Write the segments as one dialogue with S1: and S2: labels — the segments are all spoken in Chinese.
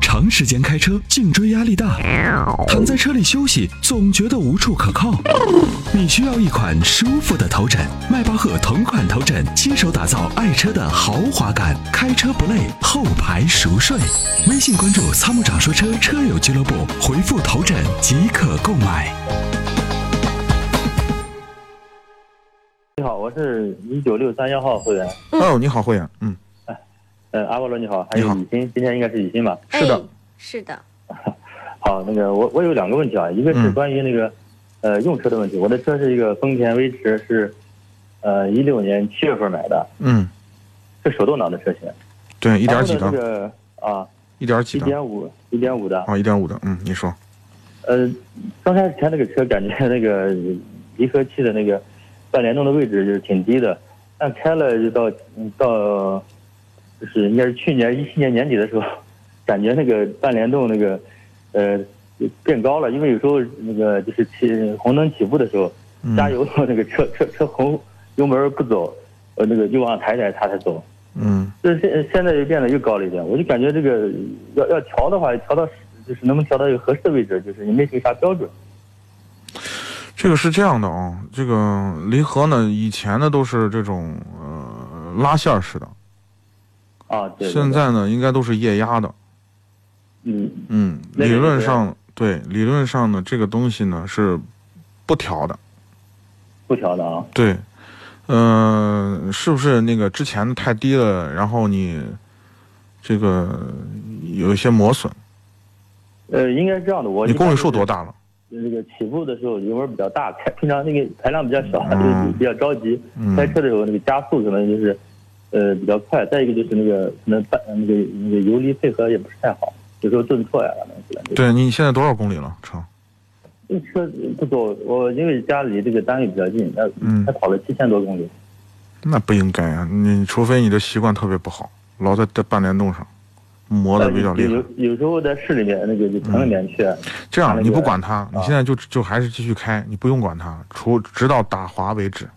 S1: 长时间开车，颈椎压力大，躺在车里休息总觉得无处可靠。你需要一款舒服的头枕，迈巴赫同款头枕，亲手打造爱车的豪华感，开车不累，后排熟睡。微信关注“参谋长说车”车友俱乐部，回复“头枕”即可购买。
S2: 你好，我是一九六三幺号会员。
S3: 哦，你好，慧眼，嗯，
S2: 呃，阿波罗你好，还
S3: 你
S2: 有
S3: 好
S2: 雨欣，今天应该是雨欣吧？哎
S3: 是的
S4: 哎，是的，
S2: 好，那个我我有两个问题啊，一个是
S3: 嗯
S2: 关于那个、呃用车的问题，我的车是一个丰田威驰，是呃一六年七月份买的，
S3: 嗯，
S2: 是手动挡的车型，
S3: 对，一
S2: 一
S3: 点几
S2: 这
S3: 的，
S2: 个啊，
S3: 一点几
S2: 一
S3: 的，
S2: 点五一点五的，
S3: 啊，一点五的，嗯，你说，
S2: 呃，刚开始开那个车，感觉 那个离合器的那个半联动的位置就是挺低的，但开了就到嗯到就是应该是去年一七年年底的时候，感觉那个半联动那个呃变高了，因为有时候那个就是起红灯起步的时候
S3: 嗯
S2: 加油，那个车车车红油门不走，呃那个就往抬一抬它才走，
S3: 嗯
S2: 就是现呃现在就变得又高了一点，我就感觉这个要要调的话，调到就是能不能调到一个合适的位置，就是也没有啥标准。
S3: 这个是这样的啊、这个离合呢，以前呢都是这种呃拉线儿式的，
S2: 啊，对。对
S3: 现在呢应该都是液压的，
S2: 对嗯
S3: 嗯，
S2: 那个
S3: 理
S2: 是
S3: 论
S2: 这
S3: 上对，理论上呢这个东西呢是不调的，
S2: 不调的啊，
S3: 对，呃，是不是那个之前的太低了，然后你这个有一些磨损？
S2: 呃，应该是这样的。我
S3: 你公里数多
S2: 大？
S3: 大了？
S2: 那个起步的时候油门比较大，开平常那个排量比较小，
S3: 嗯
S2: 就是比较着急。
S3: 嗯
S2: 开车的时候那个加速可能就是，呃，比较快。再一个就是那个可能半呃那个那个油离配合也不是太好，有时候顿挫呀，可能是。
S3: 对你现在多少公里了，车？
S2: 这车不走，我因为家离这个单位比较近，那
S3: 嗯
S2: 才跑了七千多公里。
S3: 那不应该啊！你除非你的习惯特别不好，老在在半联动上磨的比较厉
S2: 呃有
S3: 害。嗯
S2: 有有时候在市里面那个就城里面去，
S3: 这
S2: 那
S3: 样
S2: 个
S3: 你不管它，你
S2: 啊
S3: 现在就就还是继续开，你不用管它，除直到打滑为止。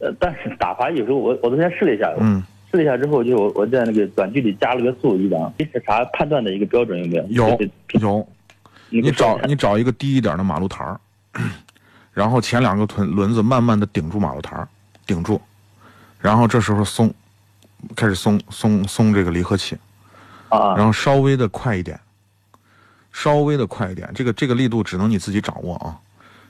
S2: 呃，但是打滑有时候我我昨天试了一下，
S3: 嗯，
S2: 试了一下之后，就我我在那个短距离加了个速一档，你是啥判断的一个标准有没有？
S3: 有
S2: 就是
S3: 有，
S2: 你给
S3: 你
S2: 我说
S3: 找
S2: 一下
S3: 你找一个低一点的马路台儿，然后前两个轮轮子慢慢的顶住马路台儿，顶住，然后这时候松，开始松松松这个离合器，
S2: 啊
S3: 然后稍微的快一点，稍微的快一点，这个这个力度只能你自己掌握啊，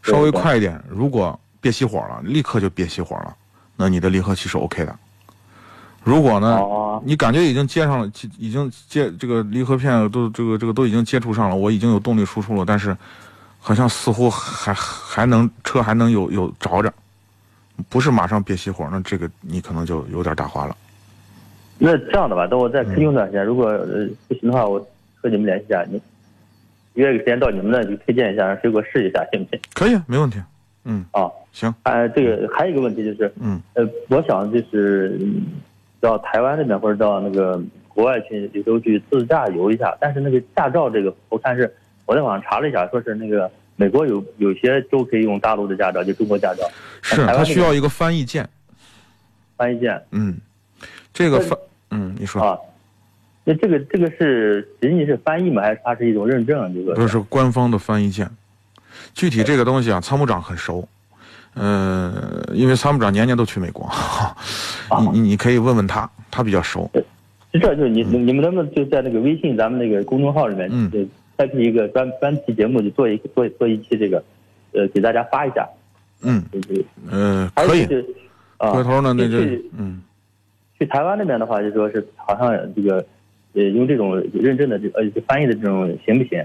S2: 对
S3: 稍微
S2: 对
S3: 快一点，如果别熄火了，立刻就别熄火了，那你的离合器是 OK 的。如果呢，
S2: 哦
S3: 你感觉已经接上了，接已经接这个离合片都这个这个都已经接触上了，我已经有动力输出了，但是好像似乎还还能车还能有有着着，不是马上别熄火，那这个你可能就有点打滑了。
S2: 那这样的吧，等我再试用段时
S3: 嗯
S2: 间，如果呃不行的话，我和你们联系一下，你约一个时间到你们那去推荐一下，让水果试一下，行不行？
S3: 可以，啊没问题。嗯，
S2: 啊，
S3: 行，
S2: 呃，这个还有一个问题就是，
S3: 嗯
S2: 呃，我想就是嗯到台湾这边或者到那个国外去，有时候去自驾游一下。但是那个驾照这个，我看是我在网上查了一下，说是那个美国有有些州可以用大陆的驾照，就中国驾照
S3: 是
S2: 台湾
S3: 它
S2: 这
S3: 需
S2: 个
S3: 要一个翻译键。
S2: 翻译件
S3: 嗯，这个
S2: 那
S3: 翻，嗯，你说。
S2: 啊。那这个这个是仅仅是翻译吗？还是它是一种认证啊？这个
S3: 不是是官方的翻译件。具体这个东西啊，参谋长很熟，呃，因为参谋长年年都去美国，
S2: 啊
S3: 你你你可以问问他，他比较熟。
S2: 是这就是你你你们能不能就在那个微信咱们那个公众号里面，
S3: 嗯
S2: 就是开辟一个专专题节目，就做一个做做一期这个，呃，给大家发一下，
S3: 嗯，
S2: 就是
S3: 呃，
S2: 还有
S3: 可以
S2: 就。是啊，
S3: 回头呢，那就
S2: 就是
S3: 嗯，
S2: 去台湾那边的话，就说是好像这个，呃，用这种认证的这呃翻译的这种行不行？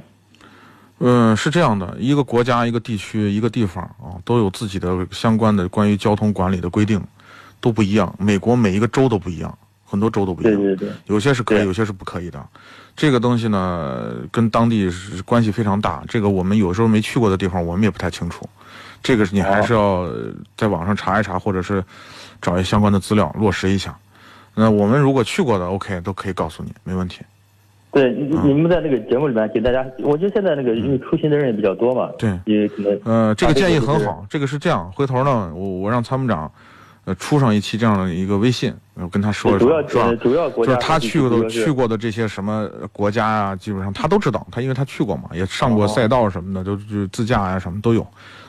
S3: 呃，是这样的，一个国家、一个地区、一个地方啊，都有自己的相关的关于交通管理的规定，都不一样。美国每一个州都不一样，很多州都不一
S2: 对
S3: 样。
S2: 对对，
S3: 有些是可以，
S2: 对
S3: 有些是不可以的。这个东西呢，跟当地是关系非常大。这个我们有时候没去过的地方，我们也不太清楚。这个是你还是要
S2: 哦
S3: 呃在网上查一查，或者是找一相关的资料落实一下。那我们如果去过的，OK，都可以告诉你，没问题。
S2: 对，你
S3: 嗯
S2: 你们在这个节目里面给大家，我觉得现在那个因为出行的人也比较多嘛，
S3: 对
S2: 也可能
S3: 呃，这个
S2: 啊对
S3: 建议
S2: 对对
S3: 很
S2: 对
S3: 好，这个是这样。回头呢，我我让参谋长，呃出上一期这样的一个微信，我跟他说一
S2: 主要呃
S3: 说，是吧？
S2: 主要国
S3: 就
S2: 家
S3: 是他去过
S2: 的
S3: 的去过的这些什么国家啊，基本上他都知道，他因为他去过嘛，也上过
S2: 哦
S3: 赛道什么的，都就自驾啊什么都有，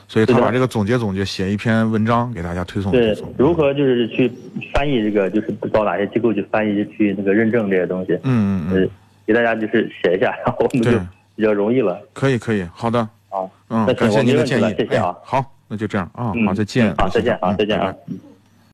S3: 所以他
S2: 是的
S3: 把这个总结总结，写一篇文章给大家推送推
S2: 对
S3: 送。
S2: 如何就是去翻译这个，就是到哪些机构去翻译去那个认证这些东西，
S3: 嗯嗯嗯，
S2: 呃，给大家就是写一下，然后我们就
S3: 对
S2: 比较容易了
S3: 可以可以，好的，
S2: 啊。
S3: 嗯
S2: 那，行
S3: 感谢
S2: 我没
S3: 您的
S2: 问题
S3: 建
S2: 了
S3: 议，
S2: 谢谢啊
S3: 哎好，那就这样啊，
S2: 嗯
S3: 好，再见，
S2: 好，再见啊，
S3: 嗯
S2: 再见
S3: 拜拜
S2: 啊。嗯